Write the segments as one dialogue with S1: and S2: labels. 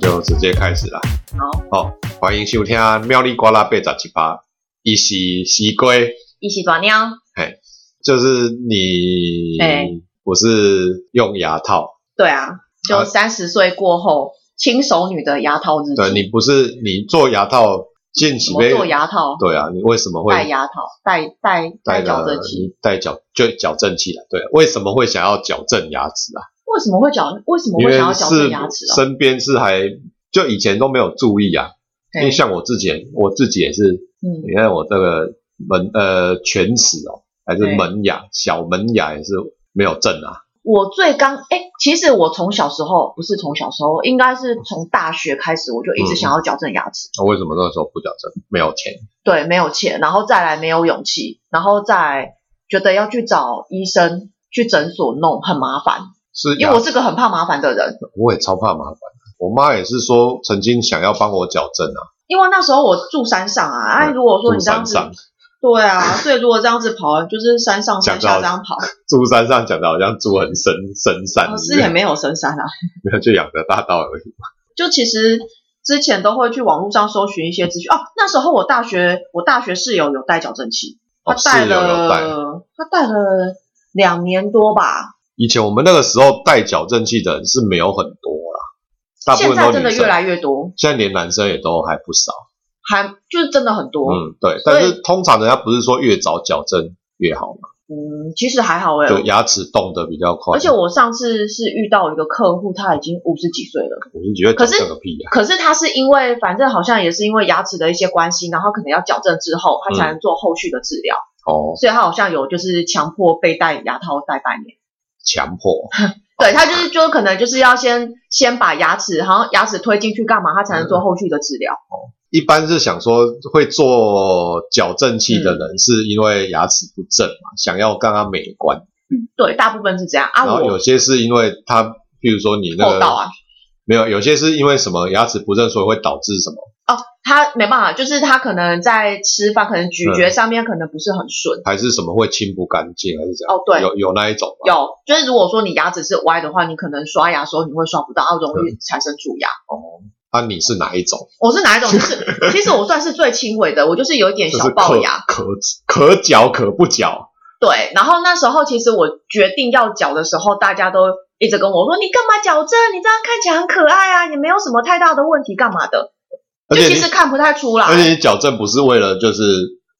S1: 就直接开始啦。
S2: 好，
S1: 哦，欢迎收听《妙丽呱啦贝杂七八》，一西西龟，
S2: 一起短尿。
S1: 就是你
S2: 嘿
S1: 不是用牙套，
S2: 对啊，
S1: 好
S2: 就三十岁过后，轻熟女的牙套日
S1: 对
S2: 记。
S1: 你不是你做牙套近
S2: 嗯什
S1: 期
S2: 么
S1: 被
S2: 做牙套？
S1: 对啊，你为什么会
S2: 戴牙套，戴戴
S1: 戴
S2: 戴矫
S1: 了
S2: 正器。
S1: 戴矫就矫正器了？对啊，为什么会想要矫正牙齿啊？
S2: 为什么会矫？为什么
S1: 因
S2: 会
S1: 为
S2: 想要矫正
S1: 是
S2: 牙齿啊？
S1: 身边是还就以前都没有注意啊，因为
S2: 对
S1: 像我自己，我自己也是，
S2: 嗯，
S1: 你看我这个门呃犬齿哦，还是
S2: 对
S1: 门牙小门牙也是没有正啊，
S2: 我最刚哎，其实我从小时候不是从小时候，应该是从大学开始，我就一直
S1: 嗯
S2: 想要矫正牙齿。
S1: 那为什么那时候不矫正？没有钱，
S2: 对，没有钱，然后再来没有勇气，然后再来觉得要去找医生去诊所弄很麻烦，
S1: 是
S2: 因
S1: 牙
S2: 为我是个很怕麻烦的人。
S1: 我也超怕麻烦的。我妈也是说，曾经想要帮我矫正啊，
S2: 因为那时候我住山上啊，哎、
S1: 嗯
S2: 如果说
S1: 住
S2: 你这样
S1: 山
S2: 子，
S1: 上，
S2: 对啊，所以如果这样子跑，就是山上山下
S1: 讲到
S2: 这样跑，
S1: 住山上讲的好像住很深深山
S2: 老
S1: 里
S2: 师哦也
S1: 面，
S2: 没有深山啊。
S1: 没有 就养德大道而已。
S2: 就其实之前都会去网络上搜寻一些资讯哦。那时候我大学，我大学室友有带矫正器，他
S1: 哦
S2: 带
S1: 室友有
S2: 了，他带了两年多吧，
S1: 以前我们那个时候戴矫正器的人是没有很多啦，大部
S2: 现
S1: 分
S2: 在
S1: 都
S2: 真
S1: 女
S2: 的
S1: 生。
S2: 越来越多，
S1: 现在连男生也都还不少。
S2: 还就是真的很多。嗯
S1: 嗯，对。
S2: 所以
S1: 但是通常人家不是说越早矫正越好嘛，
S2: 其实还好哎、
S1: 就牙齿动得比较快。
S2: 而且我上次是遇到一个客户，他已经五十几岁了，
S1: 我是觉得
S2: 可
S1: 矫
S2: 是
S1: 正个屁啊！
S2: 可是他是因为反正好像也是因为牙齿的一些关系，然后可能要矫正之后，他才能做后续的治疗，
S1: 哦，
S2: 所以他好像有就是强迫被戴牙套戴半年。
S1: 强迫。哦
S2: 对他就是就可能就是要先先把牙齿好像牙齿推进去干嘛，他才能做后续的治疗。
S1: 一般是想说会做矫正器的人，是因为牙齿不正嘛，想要让它美观。
S2: 对，大部分是这样嗯啊。
S1: 然后
S2: 我啊
S1: 有些是因为它，譬如说你那
S2: 厚道
S1: 个
S2: 啊，
S1: 没有，有些是因为什么牙齿不正，所以会导致什么，
S2: 他没办法，就是他可能在吃饭，可能咀
S1: 嗯
S2: 嚼上面可能不是很顺。
S1: 还是什么会清不干净，还是怎样？
S2: 哦，对，
S1: 有有那一种吗？
S2: 有，就是如果说你牙齿是歪的话，你可能刷牙的时候你会刷不到，啊，容
S1: 嗯
S2: 易产生蛀牙。
S1: 哦，那、你是哪一种？
S2: 我是哪一种？ 就是其实我算是最轻微的，我就是有一点
S1: 就是
S2: 哎小龅
S1: 可
S2: 牙。
S1: 可可矫可不矫，
S2: 对，然后那时候其实我决定要矫的时候，大家都一直跟我说：“你干嘛矫正？你这样看起来很可爱啊，你没有什么太大的问题，干嘛的？”
S1: 而
S2: 就
S1: 且
S2: 其
S1: 你
S2: 实看不太出来
S1: 而且你矫正不是为了就是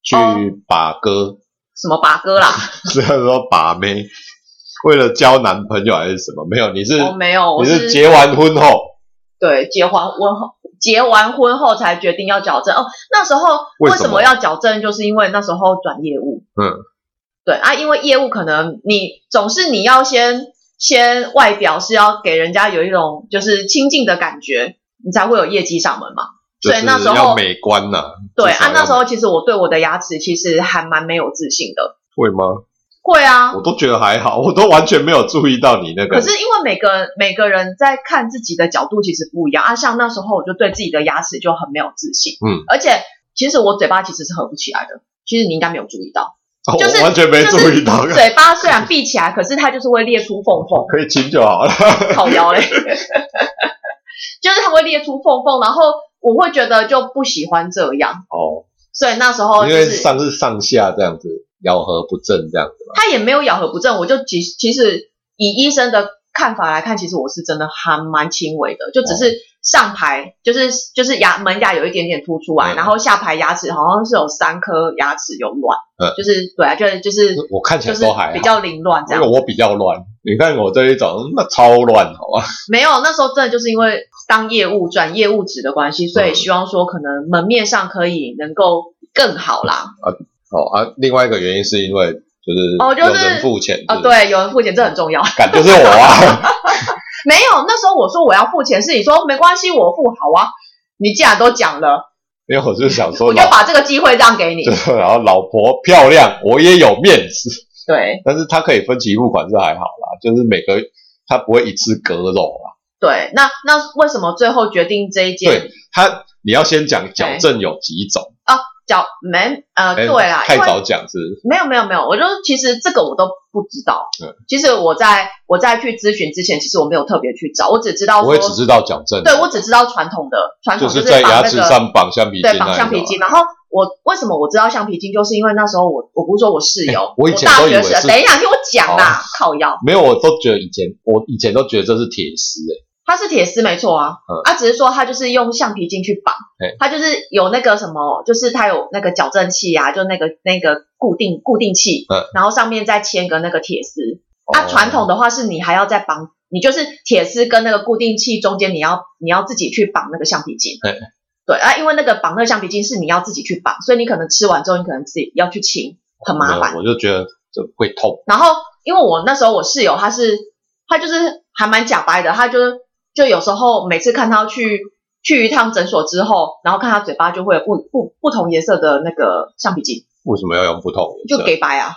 S1: 去
S2: 哦
S1: 把哥，
S2: 什么拔哥啦，
S1: 是要说把妹，为了交男朋友还是什么？没有，你是、
S2: 我哦没有，我
S1: 你
S2: 是
S1: 是结完婚后
S2: 对结完婚后结完婚后才决定要矫正哦。那时候
S1: 为
S2: 为
S1: 什么
S2: 什么要矫正？就是因为那时候转业务，
S1: 嗯，
S2: 对啊，因为业务可能你总是你要先先外表是要给人家有一种就是亲近的感觉，你才会有业绩上门嘛。
S1: 就
S2: 所
S1: 是
S2: 以那时候
S1: 要美观呐、
S2: 对
S1: 至少
S2: 啊
S1: 要，
S2: 那时候其实我对我的牙齿其实还蛮没有自信的。
S1: 会吗？
S2: 会啊，
S1: 我都觉得还好，我都完全没有注意到你那个。
S2: 可是因为每个每个人在看自己的角度其实不一样啊，像那时候我就对自己的牙齿就很没有自信，
S1: 嗯，
S2: 而且其实我嘴巴其实是合不起来的，其实你应该没有注意到，
S1: 哦
S2: 就是
S1: 我完全没注意到，
S2: 就是嘴巴虽然闭起来，可是它就是会裂出缝 缝，
S1: 可以亲就好了。
S2: 靠腰嘞， 就是它会裂出缝缝，然后我会觉得就不喜欢这样，
S1: 哦，
S2: 所以那时候
S1: 因
S2: 就
S1: 为
S2: 是
S1: 上是上下这样子，咬合不正这样子嘛。
S2: 它也没有咬合不正，我就其其实以医生的看法来看，其实我是真的还蛮轻微的，就只是
S1: 嗯
S2: 上排就是就是牙门牙有一点点凸出来，
S1: 嗯
S2: 然后下排牙齿好像是有三颗牙齿有乱，
S1: 嗯
S2: 就是对啊，就是就是
S1: 我看起
S2: 就
S1: 来
S2: 是
S1: 都还好，
S2: 比较凌乱这
S1: 因
S2: 样
S1: 为。我比较乱。你看我这一种，那超乱，好吧？
S2: 没有，那时候真的就是因为当业务转业务职的关系，所以
S1: 嗯
S2: 希望说可能门面上可以能够更好啦。
S1: 哦啊，另外一个原因是因为就是
S2: 哦就是
S1: 有人付钱
S2: 啊，，对，有人付钱这很重要。
S1: 感就是我啊，
S2: 没有，那时候我说我要付钱，是你说没关系，我付好啊。你既然都讲了，
S1: 因为我就想说
S2: 我就
S1: 老，
S2: 把这个机会让给你。
S1: 就是然后老 婆漂亮，我也有面子，
S2: 对
S1: 但是他可以分期付款是还好啦，就是每个他不会一次割肉啦。
S2: 对，那那为什么最后决定这一件？
S1: 他你要先讲矫正有几种，
S2: 脚门呃，
S1: 哎
S2: 对啦，
S1: 太
S2: 因为
S1: 早讲是不是
S2: 没有没有没有，我就其实这个我都不知道。
S1: 嗯
S2: 其实我在我在去咨询之前，其实我没有特别去找，我只知道
S1: 我
S2: 说，
S1: 也只知道矫正，
S2: 对我只知道传统的传统
S1: 就是
S2: 是
S1: 在
S2: 绑
S1: 牙
S2: 那
S1: 齿
S2: 个
S1: 上绑橡皮筋那
S2: 对绑
S1: 一
S2: 橡皮
S1: 种啊
S2: 筋。然后我为什么我知道橡皮筋，就是因为那时候我我不是说我室 友，
S1: 我
S2: 我
S1: 以前
S2: 大
S1: 都以
S2: 学
S1: 为
S2: 室友
S1: 是
S2: 等一下听我讲啦，靠腰，
S1: 没有，我都觉得以前我以前都觉得这是铁丝诶，
S2: 它是铁丝没错啊
S1: 嗯，
S2: 它、只是说它就是用橡皮筋去绑
S1: 嘿，
S2: 它就是有那个什么，就是它有那个矫正器啊，就那个那个固定固定器，
S1: 嗯
S2: 然后上面再牵个那个铁丝。啊，
S1: 哦
S2: 传统的话是你还要再绑，你就是铁丝跟那个固定器中间，你要你要自己去绑那个橡皮筋
S1: 对。
S2: 对啊，因为那个绑那个橡皮筋是你要自己去绑，所以你可能吃完之后，你可能自己要去清，很麻
S1: 没
S2: 烦
S1: 有。我就觉得这会痛。
S2: 然后因为我那时候我室友他是他就是还蛮假掰的，他就是就有时候每次看他去去一趟诊所之后，然后看他嘴巴就会有不不不同颜色的那个橡皮筋，
S1: 为什么要用不同颜
S2: 就
S1: 色？
S2: 给白啊，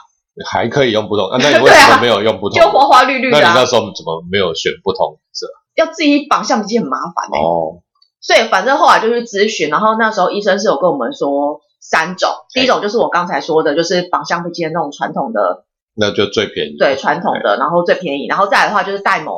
S1: 还可以用不同，啊、那 你为
S2: 对啊
S1: 什么没有用不同？
S2: 就花花绿绿
S1: 那
S2: 的、
S1: 你那
S2: 啊，
S1: 时候怎么没有选不同颜色？
S2: 要自己绑橡皮筋很麻烦欸
S1: 哦，
S2: 所以反正后来就去咨询，然后那时候医生是有跟我们说三种，第一种就是我刚才说的，就是绑橡皮筋的那种传统的，
S1: 那就最便宜。
S2: 对传统的，然后最便宜，然后再来的话就是戴蒙，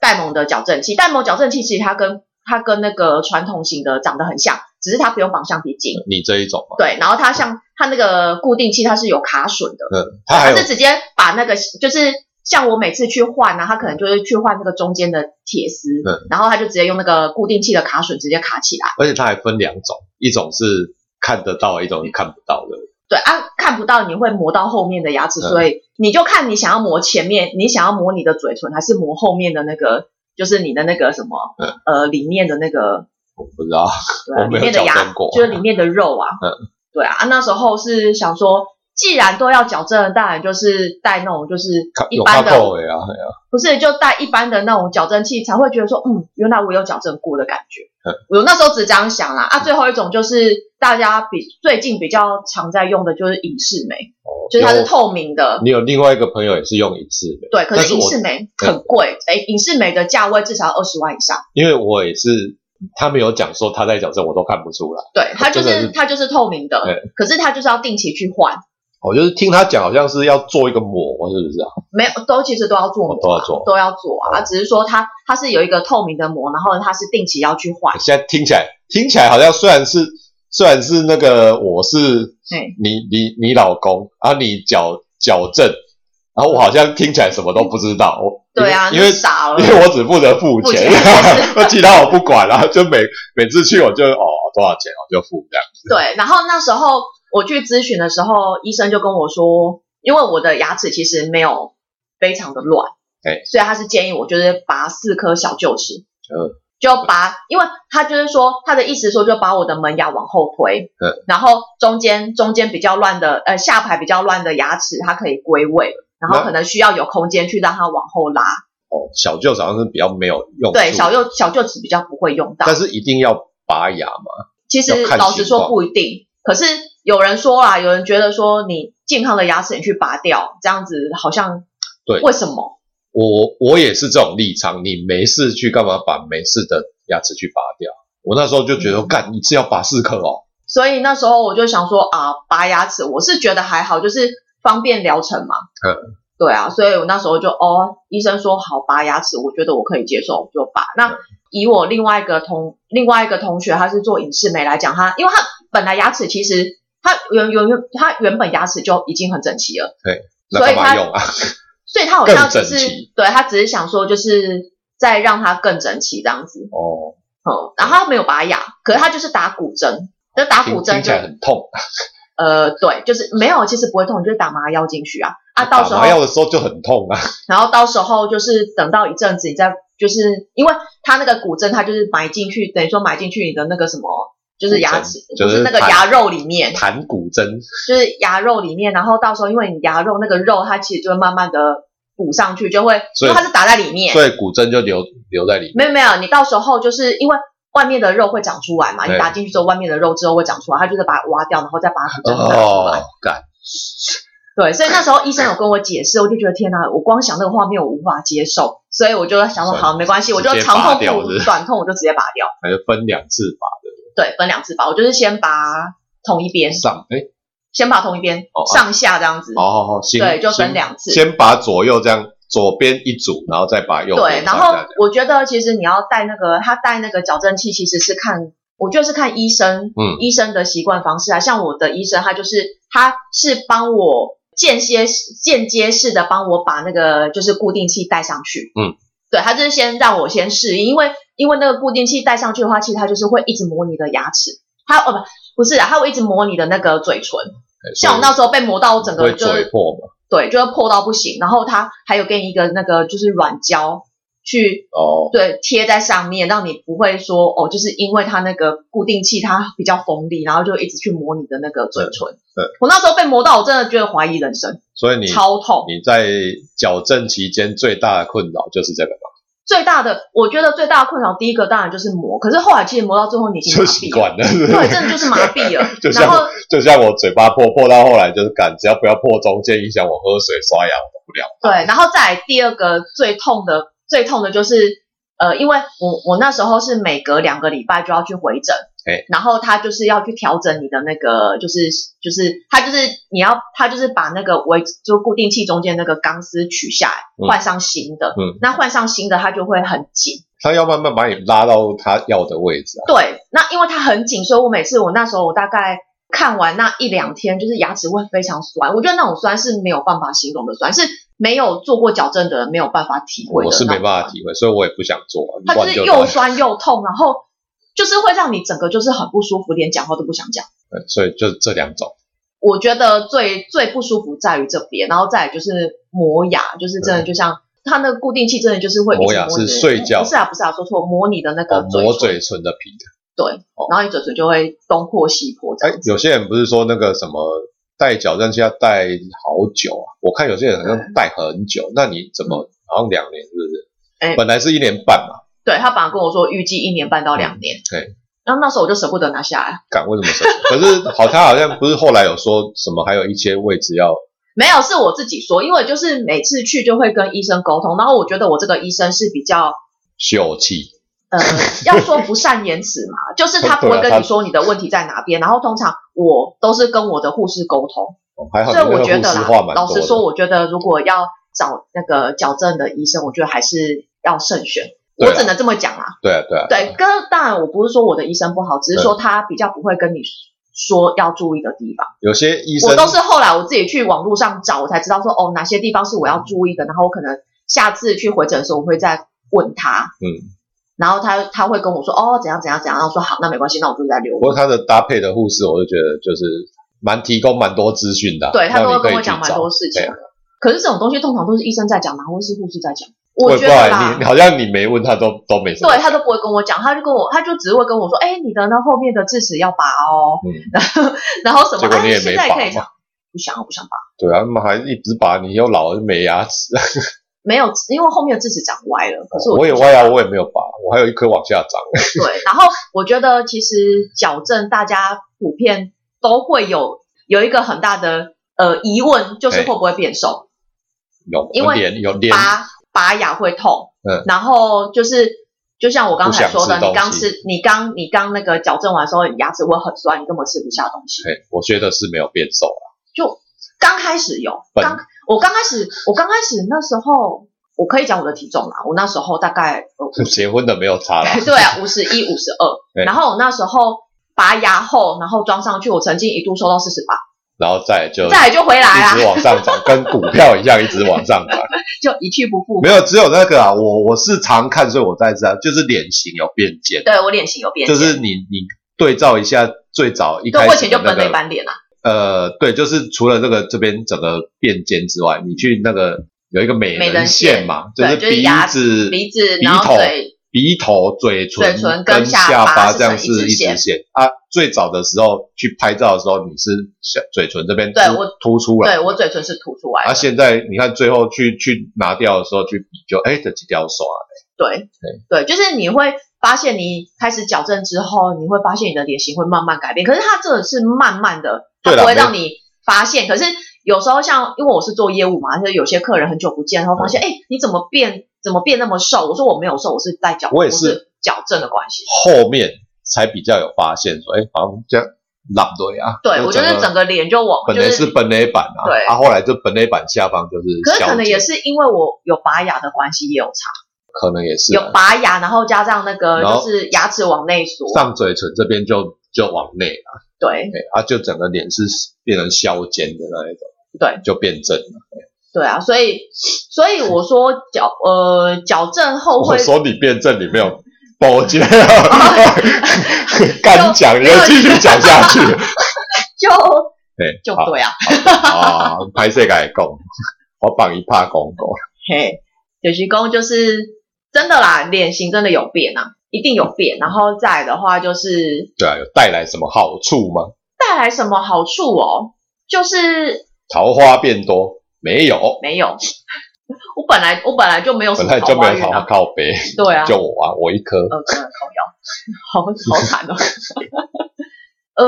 S2: 戴蒙的矫正器，戴蒙矫正器其实它跟它跟那个传统型的长得很像，只是它不用绑橡皮筋，
S1: 你这一种嘛，
S2: 对，然后它像它那个固定器它是有卡榫的，
S1: 嗯，它还有
S2: 它是直接把那个就是像我每次去换呢、啊，它可能就是去换那个中间的铁丝，
S1: 嗯
S2: 然后它就直接用那个固定器的卡榫直接卡起来。
S1: 而且它还分两种，一种是看得到，一种是看不到的。
S2: 对啊，看不到你会磨到后面的牙齿，
S1: 嗯
S2: 所以你就看你想要磨前面，你想要磨你的嘴唇，还是磨后面的那个，就是你的那个什么，
S1: 嗯
S2: 呃，里面的那个，
S1: 我不知道，
S2: 对啊
S1: 我没
S2: 里
S1: 有
S2: 面的
S1: 矫
S2: 牙
S1: 正过，
S2: 就是里面的肉啊。
S1: 嗯
S2: 对啊，啊那时候是想说，既然都要矫正，当然就是戴那种就是
S1: 看
S2: 一
S1: 有
S2: 般
S1: 看
S2: 的，
S1: 过呀，哎呀
S2: 不是就戴一般的那种矫正器，才会觉得说，嗯，原来我有矫正过的感觉。
S1: 嗯
S2: 我那时候只是这样想啦。啊，最后一种就是大家比最近比较常在用的就是隐适美。就是它是透明的，
S1: 哦你有另外一个朋友也是用一次的，
S2: 对。可
S1: 但
S2: 是
S1: 是
S2: 影
S1: 我嗯
S2: 视美很贵，哎，影视美的价位至少二十万以上，
S1: 因为我也是，他没有讲说他在矫正，我都看不出来。
S2: 对，它就
S1: 真的
S2: 是
S1: 是
S2: 它就是透明的
S1: 对，
S2: 可是它就是要定期去换，
S1: 我就是听他讲，好像是要做一个膜，是不是啊？
S2: 没有都其实都要做
S1: 哦
S2: 膜
S1: 都要
S2: 啊
S1: 做哦
S2: 都要做啊，只是说它它是有一个透明的膜，然后它是定期要去 换，
S1: 现在听起来，听起来好像虽然是虽然是那个我是
S2: 哎，
S1: 你你你老公，然后你矫矫正，然后我好像听起来什么都不知道。我
S2: 对啊，
S1: 因为
S2: 那傻了
S1: 因，为我只负责付钱
S2: 付钱，
S1: 那 其他我不管啊，就每每次去我就哦多少钱我就付这样。
S2: 对。然后那时候我去咨询的时候，医生就跟我说，因为我的牙齿其实没有非常的乱，
S1: 哎
S2: 所以他是建议我就是拔四颗小臼齿，
S1: 嗯
S2: 就拔，因为他就是说他的意思说就把我的门牙往后推，
S1: 嗯
S2: 然后中间中间比较乱的呃下排比较乱的牙齿，它可以归位。然后
S1: 那
S2: 可能需要有空间去让它往后拉，
S1: 哦，小舅好像是比较没有用处，
S2: 对小臼小臼齿比较不会用到
S1: 但。是一定要拔牙嘛。
S2: 其实
S1: 要看
S2: 老实
S1: 情
S2: 说
S1: 况
S2: 不一定，可是有人说啦，有人觉得说你健康的牙齿你去拔掉，这样子好像
S1: 对
S2: 为什么？
S1: 我我也是这种立场，你没事去干嘛把没事的牙齿去拔掉？我那时候就觉得，
S2: 嗯
S1: 干一次要拔四颗哦，
S2: 所以那时候我就想说啊，拔牙齿我是觉得还好，就是方便疗程嘛。
S1: 嗯，
S2: 对啊，所以我那时候就哦，医生说好拔牙齿，我觉得我可以接受，我就拔。那
S1: 嗯
S2: 以我另外一个同另外一个同学，他是做影视美来讲，他因为他本来牙齿其实他原原原他原本牙齿就已经很整齐了，
S1: 那
S2: 所以
S1: 干嘛
S2: 他
S1: 用啊？
S2: 所以他好像只
S1: 更整
S2: 是
S1: 齐
S2: 对他只是想说，就是再让它更整齐这样子。
S1: 哦，
S2: 嗯，然后他没有拔牙，可是他就是打骨针，就打
S1: 听
S2: 骨针
S1: 听起
S2: 就
S1: 来很痛。
S2: 呃对，就是没有，其实不会痛，你就是打麻药进去啊啊，到时
S1: 打
S2: 候
S1: 麻药的时候就很痛啊。
S2: 然后到时候就是等到一阵子，你再就是因为他那个骨针，他就是埋进去，等于说埋进去你的那个什么。就是牙齿，
S1: 骨针
S2: 不是那个
S1: 就是
S2: 牙肉里面，
S1: 弹骨针
S2: 就是牙肉里面，然后到时候因为你牙肉那个肉，它其实就会慢慢的补上去，就会，
S1: 所以
S2: 因为它是打在里面，
S1: 所以骨针就留留在里面。
S2: 没有没有，你到时候就是因为外面的肉会长出来嘛，
S1: 对
S2: 你打进去之后，外面的肉之后会长出来，他就是把它挖掉，然后再把它骨头拿出
S1: 哦
S2: 来。，
S1: 干，
S2: 对，所以那时候医生有跟我解释，我就觉得天哪，我光想那个画面我无法接受，所以我就想
S1: 算
S2: 说
S1: 了
S2: 好没关系，我就
S1: 直接
S2: 长
S1: 拔
S2: 痛
S1: 掉
S2: 不
S1: 是不
S2: 如
S1: 是
S2: 短痛，我就直接拔掉。
S1: 还是分两次拔。
S2: 对，分两次拔，我就是先拔同一边，
S1: 上哎，
S2: 先把同一边、
S1: 哦啊
S2: 上下这样子，
S1: 好好好，先
S2: 对，就分
S1: 先
S2: 两次。
S1: 先把左右这样，左边一组，然后再把右
S2: 对
S1: 边，
S2: 然
S1: 上
S2: 后
S1: 下这样
S2: 我觉得其实你要带那个，他带那个矫正器，其实是看，我觉得是看医生，
S1: 嗯
S2: 医生的习惯方式啊。像我的医生，他就是他是帮我间歇间接式的帮我把那个就是固定器带上去，
S1: 嗯，
S2: 对，他就是先让我先适应，因为因为那个固定器带上去的话，其实它就是会一直磨你的牙齿，它哦不不是啊，它会一直磨你的那个嘴唇，
S1: 哎
S2: 像我那时候被磨到我
S1: 所
S2: 整
S1: 以
S2: 个
S1: 会
S2: 就是
S1: 嘴破嘛，
S2: 对，就会破到不行。然后它还有给你一个那个就是软胶去
S1: 哦，
S2: 对贴在上面，让你不会说哦，就是因为它那个固定器它比较锋利，然后就一直去磨你的那个嘴唇。
S1: 对
S2: 我那时候被磨到，我真的觉得怀疑人生，
S1: 所以你
S2: 超痛。
S1: 你在矫正期间最大的困扰就是这个嘛，
S2: 最大的，我觉得最大的困扰，第一个当然就是磨，可是后来其实磨到最后你已经麻
S1: 就习
S2: 痹了，
S1: 惯了，是不是
S2: 对，真的就是麻痹了
S1: 就。像
S2: 然后
S1: 就像我嘴巴破，破到后来就是敢，只要不要破中间影响我喝水、刷牙，我都不了。
S2: 对，然后再来第二个最痛的，最痛的就是，呃，因为我我那时候是每隔两个礼拜就要去回诊，
S1: 哎
S2: 然后他就是要去调整你的那个，就是就是他就是你要他就是把那个维就固定器中间那个钢丝取下来，
S1: 嗯
S2: 换上新的，
S1: 嗯
S2: 那换上新的它就会很紧，
S1: 他要慢慢把你拉到他要的位置啊。
S2: 对，那因为它很紧，所以我每次我那时候我大概。看完那一两天，就是牙齿会非常酸，我觉得那种酸是没有办法形容的酸，是没有做过矫正的人没有办法体会的。
S1: 我是没办法体会，所以我也不想做啊。
S2: 它就
S1: 乱
S2: 是
S1: 就
S2: 又
S1: 乱
S2: 酸又痛，然后就是会让你整个就是很不舒服，连讲话都不想讲。
S1: 对所以就这两种。
S2: 我觉得最最不舒服在于这边，然后再来就是磨牙，就是真的就像它那个固定器，真的就是会一直
S1: 磨牙
S2: 磨你
S1: 是
S2: 的
S1: 睡觉
S2: 不是啊不是啊，说错，磨你的那个
S1: 哦，
S2: 嘴唇
S1: 磨，嘴唇的皮。
S2: 然后你嘴唇就会东破西破这
S1: 哎
S2: 样，子。
S1: 有些人不是说那个什么戴矫正器要戴好久啊？我看有些人好像戴很久，那你怎么好像两年是不是？
S2: 嗯哎
S1: 本来是一年半嘛，
S2: 对他本来跟我说预计一年半到两年，
S1: 嗯对。
S2: 然后那时候我就舍不得拿下来，
S1: 敢为什么生气？可是好，他好像不是后来有说什么，还有一些位置要
S2: 没有，是我自己说，因为就是每次去就会跟医生沟通，然后我觉得我这个医生是比较
S1: 秀气。
S2: 呃，要说不善言辞嘛，就是 他
S1: 啊
S2: 不会跟你说你的问题在哪边，然后通常我都是跟我的护士沟通，
S1: 哦还好
S2: 所以
S1: 你那
S2: 我
S1: 个
S2: 觉
S1: 护
S2: 得
S1: 士
S2: 啦
S1: 话，蛮
S2: 老
S1: 多
S2: 实
S1: 的。
S2: 说，我觉得如果要找那个矫正的医生，我觉得还是要慎选，
S1: 对啊
S2: 我只能这么讲啦。
S1: 对啊，对啊，
S2: 对，跟当然我不是说我的医生不好，只是说他比较不会跟你说要注意的地方。
S1: 有些医生
S2: 我都是后来我自己去网络上找，我才知道说哦哪些地方是我要注意的，然后我可能下次去回诊的时候我会再问他，
S1: 嗯，
S2: 然后他他会跟我说哦怎样怎样怎样，然后我说好那没关系，那我就再留
S1: 不。过他的搭配的护士，我就觉得就是蛮提供蛮多资讯的啊、
S2: 对他都
S1: 让
S2: 会
S1: 你可以
S2: 跟我讲
S1: 去
S2: 蛮
S1: 找
S2: 多事情
S1: 对啊
S2: 的，可是这种东西通常都是医生在讲，哪会是护士在讲？
S1: 我也
S2: 觉
S1: 不知道
S2: 得
S1: 欸
S2: 啦
S1: 你你，好像你没问他都都没什么
S2: 对他都不会跟我讲，他就跟我他就只会跟我说，哎你的那后面的智齿要拔哦，
S1: 嗯，
S2: 然后什
S1: 结
S2: 么
S1: 果
S2: 哎
S1: 你也
S2: 现
S1: 没
S2: 在可
S1: 拔
S2: 以讲
S1: 嘛，
S2: 不想啊不想拔，
S1: 对啊，他们还一直拔，你又老了没牙齿，
S2: 没有因为后面的智齿长歪了，可是
S1: 我
S2: 我
S1: 也
S2: 就
S1: 歪牙，我也没有拔，我还有一颗往下长，
S2: 对，然后我觉得其实矫正大家普遍都会有有一个很大的呃疑问，就是
S1: 哎
S2: 会不会变瘦？
S1: 有
S2: 因为
S1: 脸有脸
S2: 拔拔牙会痛，
S1: 嗯
S2: 然后就是就像我刚才说的，
S1: 不想吃
S2: 你刚
S1: 东西
S2: 吃你刚你刚那个矫正完之后，你牙齿会很酸，你根本吃不下东西。
S1: 嘿我觉得是没有变瘦啊，
S2: 就刚开始有，
S1: 本
S2: 刚我刚开始我刚开始那时候。我可以讲我的体重啦，我那时候大概呃
S1: 结婚的没有差啦，
S2: 对啊，五十一、五十二。
S1: 对
S2: 然后我那时候拔牙后，然后装上去，我曾经一度瘦到四十八，
S1: 然后再来就
S2: 再来就回来
S1: 一直
S2: 啦，
S1: 往上涨，跟股票一样一直往上涨。
S2: 就一去不复
S1: 没。有，只有那个啊，我我是常看，所以我才知道，就是脸型有变尖，
S2: 对我脸型有变
S1: 就
S2: 形，
S1: 是你你对照一下最早一
S2: 对
S1: 开
S2: 我以
S1: 始
S2: 前
S1: 的
S2: 就
S1: 那
S2: 本垒
S1: 个，
S2: 板脸啊，
S1: 呃，对，就是除了这个这边整个变尖之外，你去那个有一个美
S2: 美
S1: 人
S2: 人线
S1: 线嘛，
S2: 对
S1: 是
S2: 就是
S1: 鼻
S2: 牙
S1: 子
S2: 鼻子，
S1: 鼻
S2: 然后
S1: 头
S2: 嘴，
S1: 鼻头、嘴唇、
S2: 嘴唇跟
S1: 跟
S2: 下巴
S1: 巴
S2: 是
S1: 这样
S2: 成一
S1: 是
S2: 直
S1: 一直
S2: 线
S1: 线啊。最早的时候去拍照的时候，你是小嘴唇这边
S2: 对
S1: 凸
S2: 我
S1: 凸出来，
S2: 对我嘴唇是凸出来
S1: 啊，
S2: 的，
S1: 现在你看最后去去拿掉的时候去比就，哎这几条手啊，
S2: 对对，就是你会发现你开始矫正之后，你会发现你的脸型会慢慢改变，可是它这个是慢慢的，它
S1: 对啦
S2: 不会
S1: 没
S2: 让你发现，可是。有时候像，因为我是做业务嘛，就是有些客人很久不见，然后发现，哎、你怎么变，怎么变那么瘦？我说我没有瘦，我是在矫，
S1: 我也是
S2: 是矫正的关系。
S1: 后面才比较有发现说，哎，好像这样烂对啊。
S2: 对我觉得整
S1: 整个
S2: 个脸就往
S1: 本
S2: 就
S1: 来是本垒板啊，
S2: 对
S1: 啊，后来就本垒板下方就是
S2: 可是
S1: 削
S2: 可能
S1: 减
S2: 也是因为我有拔牙的关系，也有差，
S1: 可能也是啊
S2: 有拔牙，然后加上那个
S1: 然后
S2: 就是牙齿往内缩，
S1: 上嘴唇这边就就往内了，
S2: 对
S1: 哎啊，就整个脸是变成削尖的那一种，
S2: 对，
S1: 就变正了。
S2: 对啊，所以所以我说矫呃矫正后
S1: 我
S2: 会
S1: 说你变正，你没 有保 洁啊，干讲，你
S2: 没有
S1: 要继续讲下 去
S2: 就
S1: 对
S2: 就
S1: 好
S2: 对啊，
S1: 啊，拍摄改供，我帮你拍公公，
S2: 嘿，就是公就是真的啦，脸型真的有变啊，一定有变，然后再来的话就是
S1: 对啊，有带来什么好处吗？
S2: 带来什么好处哦，就是
S1: 桃花变多没有？
S2: 没有。 我本来我本来就没有什
S1: 本
S2: 么
S1: 来
S2: 桃
S1: 就没
S2: 花
S1: 有
S2: 运
S1: 桃花
S2: 啊，
S1: 靠背，
S2: 对啊，
S1: 就我啊，我一颗。
S2: 呃，真的靠腰，好好 惨哦。 呃，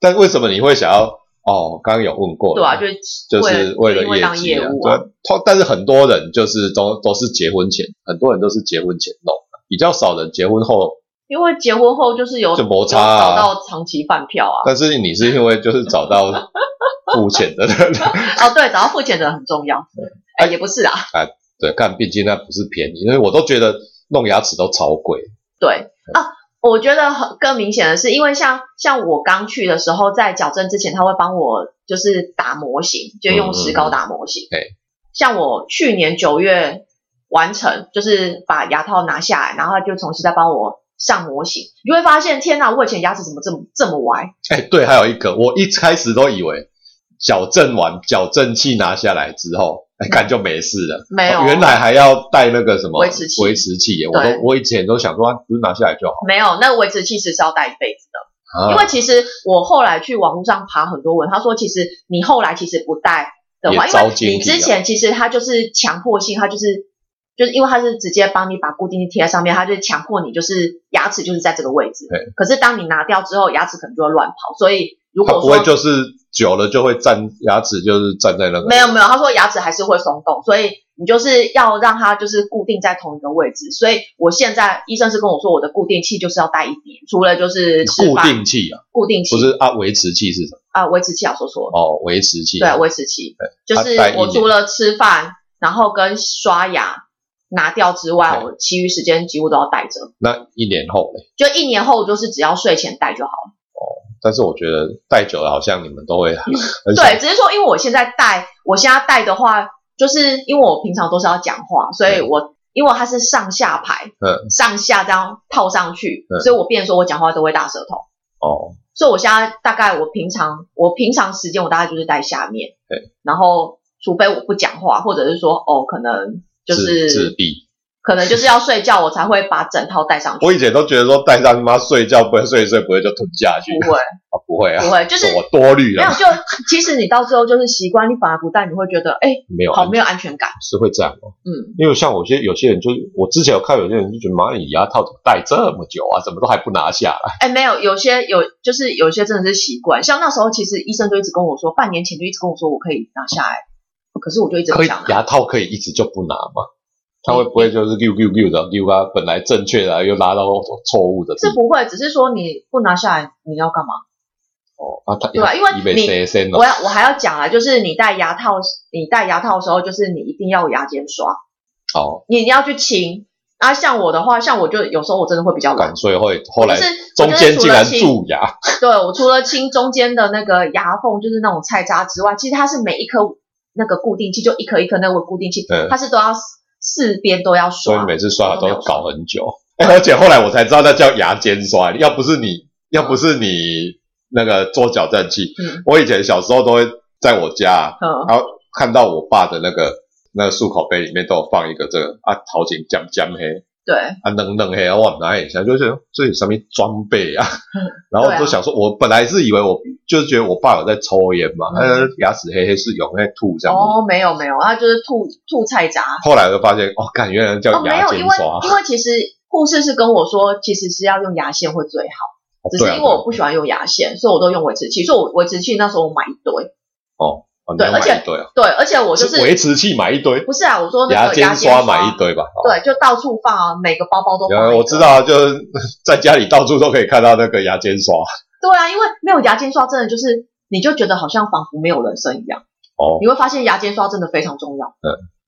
S1: 但为什么你会想要？哦，刚刚有问过了，
S2: 对啊，就是
S1: 就是为了
S2: 因为
S1: 业
S2: 当
S1: 绩
S2: 业
S1: 啊，
S2: 务啊，
S1: 对，他但是很多人就是都都是结婚前，很多人都是结婚前弄的，比较少人结婚后。
S2: 因为结婚后就是有
S1: 就摩
S2: 有
S1: 擦啊
S2: 找到长期饭票 啊，
S1: 但是你是因为就是找 到付钱的人，
S2: 哦对，找到付钱的人很重要，哎也不是啊，
S1: 对，看，毕竟那不是便宜，因为我都觉得弄牙齿都超贵，
S2: 对啊，我觉得很更明显的是，因为像像我刚去的时候，在矫正之前，他会帮我就是打模型，就用石膏打模型。
S1: 嗯嗯嗯
S2: 像我去年九月完成，就是把牙套拿下来，然后他就重新再帮我上模型，你就会发现，天哪，我以前牙齿怎么这么这么歪？
S1: 哎，对，还有一个，我一开始都以为矫正完矫正器拿下来之后，哎，看就没事了。
S2: 没有，
S1: 哦原来还要带那个什么
S2: 哎维持器
S1: 维持器耶，我
S2: 对
S1: 都我以前都想说，啊不是拿下来就好
S2: 没有，那维持器其实是要戴一辈子的。
S1: 啊，
S2: 因为其实我后来去网络上爬很多文，他说其实你后来其实不戴的
S1: 也
S2: 话，因
S1: 糟
S2: 为
S1: 践
S2: 你
S1: 体啊
S2: 之前其实他就是强迫性，他就是就是因为他是直接帮你把固定器贴在上面，他就强迫你就是牙齿就是在这个位置
S1: 对。
S2: 可是当你拿掉之后，牙齿可能就会乱跑，所以如
S1: 它
S2: 果
S1: 不会
S2: 说
S1: 就是久了就会站牙齿就是站在那个
S2: 没有没有，他说牙齿还是会松动，所以你就是要让它就是固定在同一个位置。所以我现在医生是跟我说，我的固定器就是要戴一年，除了就是吃
S1: 固
S2: 饭
S1: 定器啊，
S2: 固定器
S1: 不是啊，维持器是什么？
S2: 啊维持器啊，说错了。
S1: 哦，维持器。
S2: 对，维持期，就
S1: 它
S2: 是
S1: 戴一
S2: 我
S1: 年
S2: 除了吃饭，然后跟刷牙拿掉之外，
S1: 对
S2: 我其余时间几乎都要戴着。
S1: 那一年后哎嘞，
S2: 就一年后，就是只要睡前戴就好了。
S1: 但是我觉得戴久了，好像你们都 会很想
S2: 对，只是说，因为我现在戴，我现在戴的话，就是因为我平常都是要讲话，所以
S1: 嗯
S2: 我因为它是上下排，
S1: 嗯
S2: 上下这样套上去，
S1: 嗯
S2: 所以我变成说我讲话都会大舌头。
S1: 哦，
S2: 所以我现在大概我平常我平常时间我大概就是戴下面，
S1: 对，
S2: 然后除非我不讲话，或者是说哦可能就是
S1: 自自闭。
S2: 可能就是要睡觉，我才会把整套带上去。
S1: 我以前都觉得说戴上他妈睡觉不会睡一睡不会就吞下去，
S2: 不会，
S1: 啊不会啊，
S2: 不会，就是
S1: 我多虑啊
S2: 没有
S1: 了，
S2: 就其实你到最后就是习惯，你反而不戴，你会觉得哎、
S1: 没有
S2: 好
S1: 啊，
S2: 没有安全感。
S1: 是会这样哦。
S2: 嗯，
S1: 因为像有些有些人就是，我之前有看有些人就觉得，妈，你牙套怎么戴这么久啊，怎么都还不拿下来？
S2: 哎、没有，有些有就是有些真的是习惯，像那时候其实医生就一直跟我说，半年前就一直跟我说我可以拿下来，可是我就一直
S1: 可
S2: 不
S1: 以
S2: 想拿。
S1: 牙套可以一直就不拿吗？他会不会就是溜溜溜的溜啊？本来正确的又拉到错误的地
S2: 是
S1: 方
S2: 不会，只是说你不拿下来，你要干嘛？
S1: 哦啊？他
S2: 对吧因为
S1: 以为
S2: 你
S1: CSN 哦
S2: 我要我还要讲啊，就是你戴牙套，你戴牙套的时候，就是你一定要有牙尖刷，
S1: 哦，
S2: 你你要去清。啊，像我的话，像我就有时候我真的会比较懒
S1: 感，所以会后来
S2: 我就是
S1: 中间竟
S2: 我就是除
S1: 然
S2: 了清，
S1: 蛀牙，
S2: 对我除了清中间的那个牙缝，就是那种菜渣之外，其实它是每一颗那个固定器，就一颗一颗那个固定器，
S1: 嗯
S2: 它是都要四四边都要
S1: 所以
S2: 刷。
S1: 每次刷牙都
S2: 我都没有
S1: 搞很久。 哎，而且后来我才知道那叫牙尖刷，要不是你要不是你那个做矫正器，
S2: 嗯
S1: 我以前小时候都会在我家啊
S2: 嗯，
S1: 然后看到我爸的那个那个漱口杯里面都有放一个这个啊，头前尖尖黑
S2: 对，
S1: 啊，冷冷黑啊，我哪也想就是这有什么装备啊
S2: 嗯？
S1: 然后
S2: 对啊
S1: 就想说，我本来是以为我就是觉得我爸有在抽烟嘛，
S2: 嗯
S1: 他的牙齿黑黑是有在吐这样。
S2: 哦，没有没有，它就是吐吐菜渣。
S1: 后来我就发现，哦，感原来
S2: 哦，
S1: 叫
S2: 没
S1: 牙
S2: 有，
S1: 尖
S2: 因为
S1: 刷，
S2: 因为其实护士是跟我说，其实是要用牙线会最
S1: 哦
S2: 好，只是
S1: 对啊
S2: 因为我不喜欢用牙线，所以我都用维持器，所以我维持器那时候我买一堆，
S1: 对
S2: 对
S1: 啊，
S2: 而且
S1: 对啊，
S2: 对，而且我就是
S1: 维持器买一堆，
S2: 不是啊，我说那
S1: 牙
S2: 个牙
S1: 尖刷
S2: 刷
S1: 买一堆吧。哦
S2: 对，就到处放啊，每个包包都放一
S1: 然
S2: 个。
S1: 后我知道啊，就是在家里到处都可以看到那个牙尖刷，
S2: 对啊，因为没有牙间刷，真的就是你就觉得好像仿佛没有人生一样。
S1: 哦
S2: 你会发现牙间刷真的非常重要。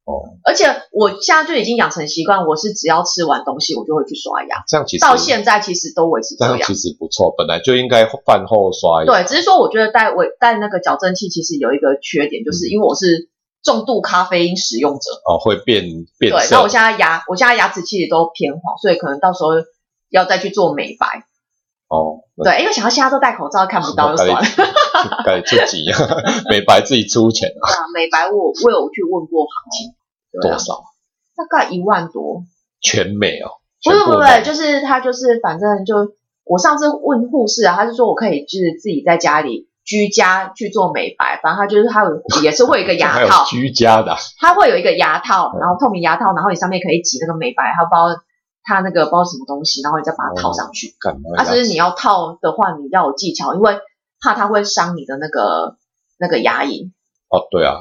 S1: 哦，
S2: 而且我现在就已经养成习惯，我是只要吃完东西我就会去刷牙，
S1: 这样其实
S2: 到现在其实都维持
S1: 这
S2: 这
S1: 样
S2: 样。
S1: 其实不错，本来就应该饭后刷牙。
S2: 对，只是说我觉得带维带那个矫正器其实有一个缺点，
S1: 嗯
S2: 就是因为我是重度咖啡因使用者，
S1: 哦，会变变
S2: 对，那
S1: 色
S2: 我。现在牙我现在牙齿其实都偏黄，所以可能到时候要再去做美白。
S1: 哦，那
S2: 对，因哎为想到现在都戴口罩看不到就算了。
S1: 该自己美白自己出钱啊，
S2: 啊，美白我我有去问过行情，对
S1: 多
S2: 啊，
S1: 少？
S2: 大概一万多，
S1: 全美哦，
S2: 不是
S1: 全部
S2: 不是不
S1: 买
S2: 是，就是他就是反正就我上次问护士啊，他是说我可以就是自己在家里居家去做美白，反正他就是他有也是会有一个
S1: 还
S2: 牙
S1: 有
S2: 套，
S1: 居家的啊
S2: 他会有一个牙套，
S1: 嗯
S2: 然后透明牙套，然后你上面可以挤那个美白，还有包它那个包什么东西，然后你再把它套上去。
S1: 干嘛
S2: 啊，
S1: 要
S2: 只是你要套的话，你要有技巧，因为怕它会伤你的那个那个牙龈，
S1: 哦，对啊，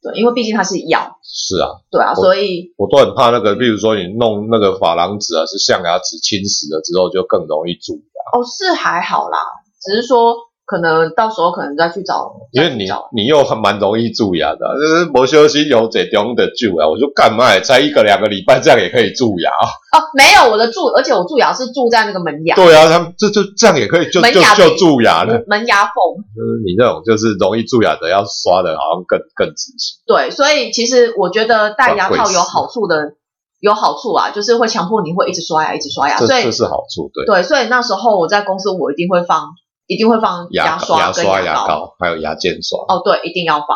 S2: 对，因为毕竟它是药，
S1: 是啊，
S2: 对啊，
S1: 我
S2: 所以
S1: 我都很怕那个，比如说你弄那个珐琅质啊，是象牙质侵蚀了之后，就更容易蛀牙，
S2: 哦，是还好啦，只是说可能到时候可能再去找，
S1: 因为
S2: 再
S1: 你
S2: 去找
S1: 你又还蛮容易蛀牙的啊，就是没休息有这种的蛀啊牙，我就干嘛才一个两个礼拜这样也可以蛀牙啊？
S2: 哦，没有我的蛀，而且我蛀牙是蛀在那个门 牙，
S1: 对啊，他们这就这样也可以就
S2: 门
S1: 就
S2: 牙
S1: 就
S2: 比
S1: 蛀牙了，
S2: 门门牙缝。
S1: 就是你那种就是容易蛀牙的，要刷的好像更更仔细。
S2: 对，所以其实我觉得戴牙
S1: 管会
S2: 套
S1: 死
S2: 有好处的，有好处啊，就是会强迫你会一直刷牙，一直刷牙，
S1: 这
S2: 所以
S1: 这是好处，对，
S2: 对，所以那时候我在公司我一定会放，一定会放
S1: 牙膏
S2: 刷跟
S1: 刷、
S2: 膏。
S1: 牙膏，嗯还有牙间刷，
S2: 哦，对，一定要放。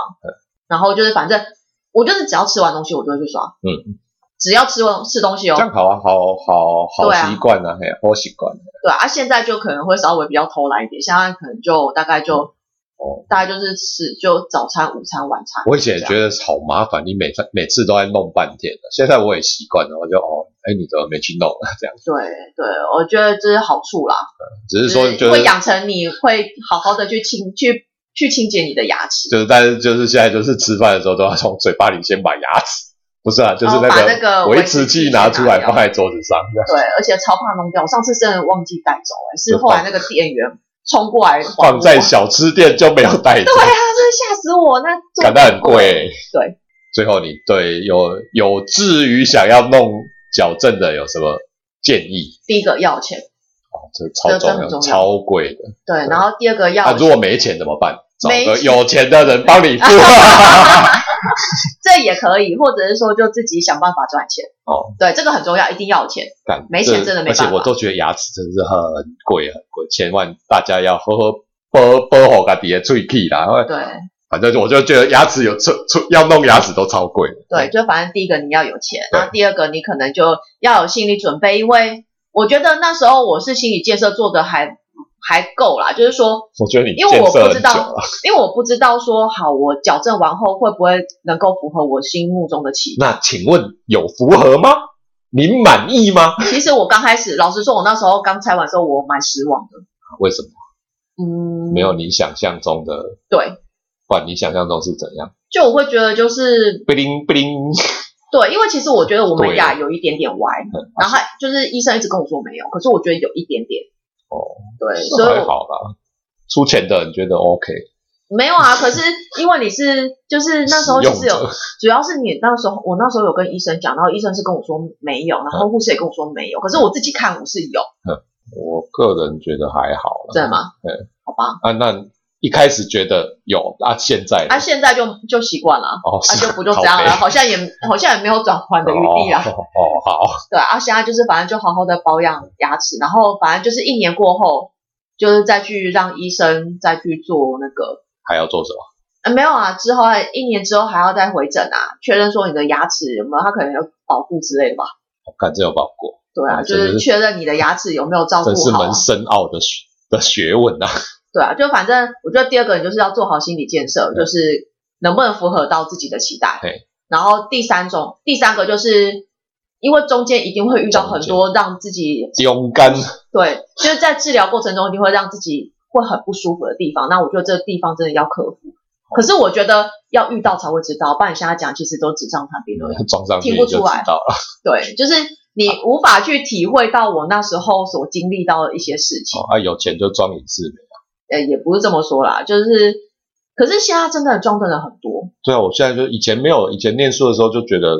S2: 然后就是反正我就是只要吃完东西我就会去刷，
S1: 嗯，
S2: 只要吃完吃东西哦
S1: 这，样好啊，好好好
S2: 对啊
S1: 习惯啊，嘿，好习惯。
S2: 对啊，现在就可能会稍微比较偷懒一点，现在可能就大概就、
S1: 哦
S2: 大概就是吃就早餐、午餐、晚餐。
S1: 我以前也
S2: 得
S1: 觉得好麻烦，你每次每次都在弄半天的，现在我也习惯了，我就哦，哎，你怎么没去弄啊？这样，
S2: 对对，我觉得这是好处啦，
S1: 只是
S2: 就
S1: 说就是
S2: 嗯会养成你会好好的去清去去清洁你的牙齿，
S1: 就是，但是就是现在就是吃饭的时候都要从嘴巴里先把牙齿，不是啊，就是
S2: 然后哦把那
S1: 个
S2: 个
S1: 维
S2: 持
S1: 持器
S2: 器
S1: 拿出来放
S2: 掉
S1: 在桌子上，这样
S2: 对，而且超怕弄掉，我上次真的忘记带走、哎，是
S1: 就
S2: 后来那个店员冲过来还
S1: 放
S2: 我
S1: 在小吃店就没有带走
S2: 对，啊，真的吓死我，那真的
S1: 感到很贵、
S2: 对。
S1: 最后你对有有至于想要弄矫正的有什么建议？
S2: 第一个要钱，
S1: 哦，这超重
S2: 这真的很重要
S1: 超贵的。
S2: 对，然后第二个要、
S1: 啊，如果没钱怎么办？找
S2: 没
S1: 个
S2: 钱
S1: 有钱的人帮 你付。
S2: 这也可以，或者是说就自己想办法赚钱。
S1: 哦，
S2: 对，这个很重要，一定要有钱。
S1: 干
S2: 没钱真的没
S1: 而且
S2: 办法
S1: 我都觉得牙齿真是很贵很贵，千万大家要呵呵保保护家己的喙齿啦。 因为
S2: 对
S1: 反正我就觉得牙齿有出出要弄牙齿都超贵的。
S2: 对，就反正第一个你要有钱，
S1: 对
S2: 然后第二个你可能就要有心理准备，因为我觉得那时候我是心理建设做的还还够啦，就是说，
S1: 我觉得你
S2: 因为
S1: 建
S2: 我
S1: 设
S2: 不
S1: 很
S2: 知
S1: 久
S2: 道
S1: 了，，
S2: 因为我不知道说好我矫正完后会不会能够符合我心目中的 期
S1: 那请问有符合吗？您满意吗？
S2: 望。其实我刚开始，老实说，我那时候刚拆完的时候，我蛮失望的。
S1: 为什么
S2: 嗯，
S1: 没有你想象中的？
S2: 对，
S1: 不然你想象中是怎样？
S2: 就我会觉得就是
S1: 不灵不灵，
S2: 对，因为其实我觉得我门
S1: 对
S2: 牙有一点点歪，然后他就是医生一直跟我说没有，可是我觉得有一点点。
S1: 哦，
S2: 对，所以
S1: 还
S2: 我
S1: 好啦。出钱的人觉得 OK，
S2: 没有啊。可是因为你是就是那时候
S1: 使
S2: 其
S1: 用
S2: 实有
S1: 者，
S2: 主要是你那时候我那时候有跟医生讲，然后医生是跟我说没有，然后护士也跟我说没有，可是我自己看我是有，
S1: 我个人觉得还好啦。
S2: 真的吗？
S1: 嗯对，
S2: 好吧，
S1: 啊，那一开始觉得有啊，现在呢
S2: 啊，现在就就习惯了。
S1: 哦，
S2: 啊，
S1: 是
S2: 就不就这 样了，
S1: 靠
S2: 好像也好像也没有转换
S1: 背
S2: 的余地啊。
S1: 哦哦，好，
S2: 对啊，现在就是反正就好好的保养牙齿，然后反正就是一年过后，就是再去让医生再去做那个，
S1: 还要做什么？
S2: 呃，没有啊，之后还一年之后还要再回诊啊，确认说你的牙齿有没有，他可能有保护之类的吧。
S1: 我看这有包裹，
S2: 对啊，
S1: 嗯
S2: 就
S1: 真
S2: 是
S1: 是
S2: 确认你的牙齿有没有照顾
S1: 真是
S2: 好啊、
S1: 蛮深奥的学的学问呐。
S2: 对啊，就反正我觉得第二个你就是要做好心理建设，
S1: 嗯
S2: 就是能不能符合到自己的期待
S1: 对。
S2: 然后第三种，第三个就是因为中间一定会遇到很多让自己
S1: 勇敢，
S2: 对，就是在治疗过程中，你会让自己会很不舒服的地方。那我觉得这个地方真的要克服。可是我觉得要遇到才会知道，不然你现在讲其实都纸上谈兵而已。
S1: 装上去
S2: 听
S1: 你
S2: 不
S1: 就
S2: 出
S1: 知
S2: 来
S1: 道了。
S2: 对，就是你无法去体会到我那时候所经历到的一些事情。
S1: 哦啊，有钱就装隐士美，
S2: 呃，也不是这么说啦，就是，可是现在真的装真的很多，
S1: 对啊，我现在就以前没有，以前念书的时候就觉得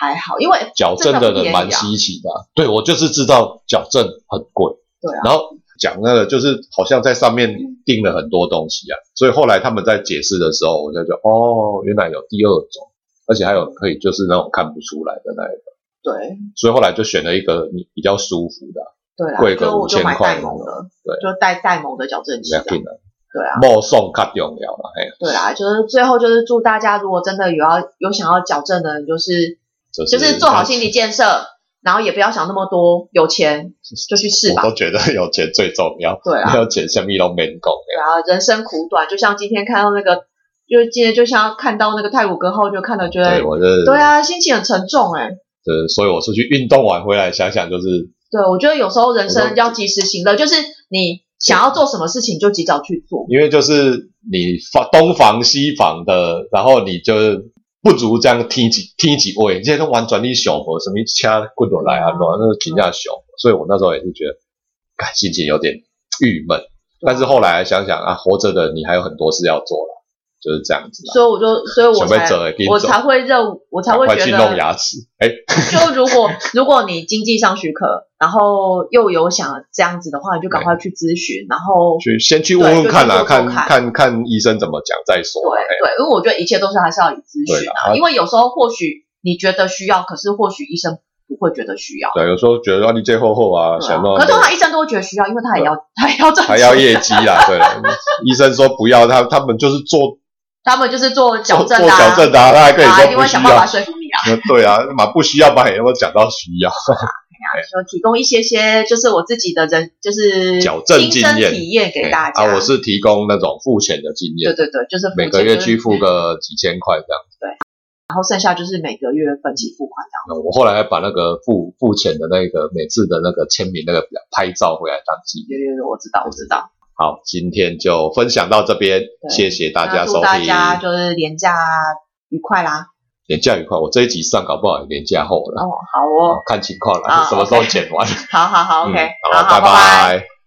S2: 还好，因为
S1: 矫正的人蛮稀奇的啊、对我就是知道矫正很贵，
S2: 对啊，
S1: 然后讲那个就是好像在上面定了很多东西啊，所以后来他们在解释的时候，我就觉得哦，原来有第二种，而且还有可以就是那种看不出来的那一种，
S2: 对
S1: 所以后来就选了一个你比较舒服的啊，
S2: 对啦，
S1: 贵个
S2: 所以我就
S1: 5000
S2: 买
S1: 块
S2: 戴蒙的，
S1: 对
S2: 就戴戴蒙的矫正器
S1: 这
S2: 啊
S1: 样，定了，
S2: 对啊，
S1: 莫送卡重要了，嘿，啊
S2: 对啦，就是最后就是祝大家，如果真的有要有想要矫正的人，就是
S1: 就
S2: 就是做好心理建设，然后也不要想那么多，有钱就去试吧
S1: 我，都觉得有钱最重要，
S2: 对啊
S1: 没，有钱什么都没讲的。
S2: 对啊，人生苦短，就像今天看到那个，就是今天就像看到那个泰晤格号，就看到觉得
S1: 对，，我是
S2: 对，啊，心情很沉重哎、
S1: 就是所以我出去运动完回来想想，就是
S2: 对，我觉得有时候人
S1: 我
S2: 生
S1: 都
S2: 要及时行乐，就是你想要做什么事情就及早去做。
S1: 因为就是你防东防西防的，然后你就是不如这样踢几踢几位，这些都完全你小活，什么掐棍落来啊，
S2: 嗯
S1: 那个评价小，所以我那时候也是觉得，感心情有点郁闷。但是后来想想啊，活着的你还有很多事要做啦，就是这样子啦。
S2: 所以我就，所以我
S1: 准备
S2: 才
S1: 走欸了给你
S2: 我
S1: 走
S2: 才会认，我才会
S1: 快
S2: 觉
S1: 去弄
S2: 得，
S1: 牙齿，哎，
S2: 就如果如果你经济上许可，然后又有想这样子的话，你就赶快去咨询，然后
S1: 去先去问问
S2: 对
S1: 看
S2: 就
S1: 啊，
S2: 是做做
S1: 看
S2: 看
S1: 看看医生怎么讲再说啊。
S2: 对
S1: 哎
S2: 对，因为我觉得一切都是还是要以咨
S1: 对
S2: 询
S1: 啦
S2: 啊，因为有时候或许你觉得需要，可是或许医生不会觉得需要。
S1: 对，有时候觉得啊，你这厚厚啊，
S2: 对啊
S1: 想到
S2: 可是通常医生都会觉得需要，因为他也要他也要赚钱，
S1: 啊还要业绩啦，对了，医生说不要，他他们就是做
S2: 他们就是做矫
S1: 做
S2: 正
S1: 做
S2: 的、啊，
S1: 矫正的啊，他还跟你
S2: 啊，一
S1: 说
S2: 定
S1: 不
S2: 会
S1: 需
S2: 想办法
S1: 要，
S2: 说服你啊，
S1: 对啊，嘛不需要吧，也会讲到需要，
S2: 说提供一些些就是我自己的人就是
S1: 矫正
S2: 亲
S1: 经
S2: 身
S1: 验
S2: 体验给大家。
S1: 啊，我是提供那种付钱的经
S2: 对
S1: 验，
S2: 对对，就是付
S1: 每
S2: 钱
S1: 个月
S2: 就是
S1: 去付个几千块这样。
S2: 然后剩下就是每个月分期付款这
S1: 那
S2: 样。
S1: 我后来还把那个付付钱的那个每次的那个签名那个表拍照回来当纪念。
S2: 有有有，我知道我知道。
S1: 好，今天就分享到这边，谢谢大
S2: 那
S1: 家
S2: 祝
S1: 收
S2: 大家
S1: 听，
S2: 就是廉价愉快啦。
S1: 年假愉快。我这一集上搞不好也年假后
S2: 哦
S1: 了，，
S2: 好哦，
S1: 看情况
S2: 啊
S1: 了，什么时候
S2: OK
S1: 剪完。
S2: 好好好
S1: 嗯
S2: ，OK，
S1: 好，
S2: 好，
S1: 拜
S2: 拜。
S1: 拜。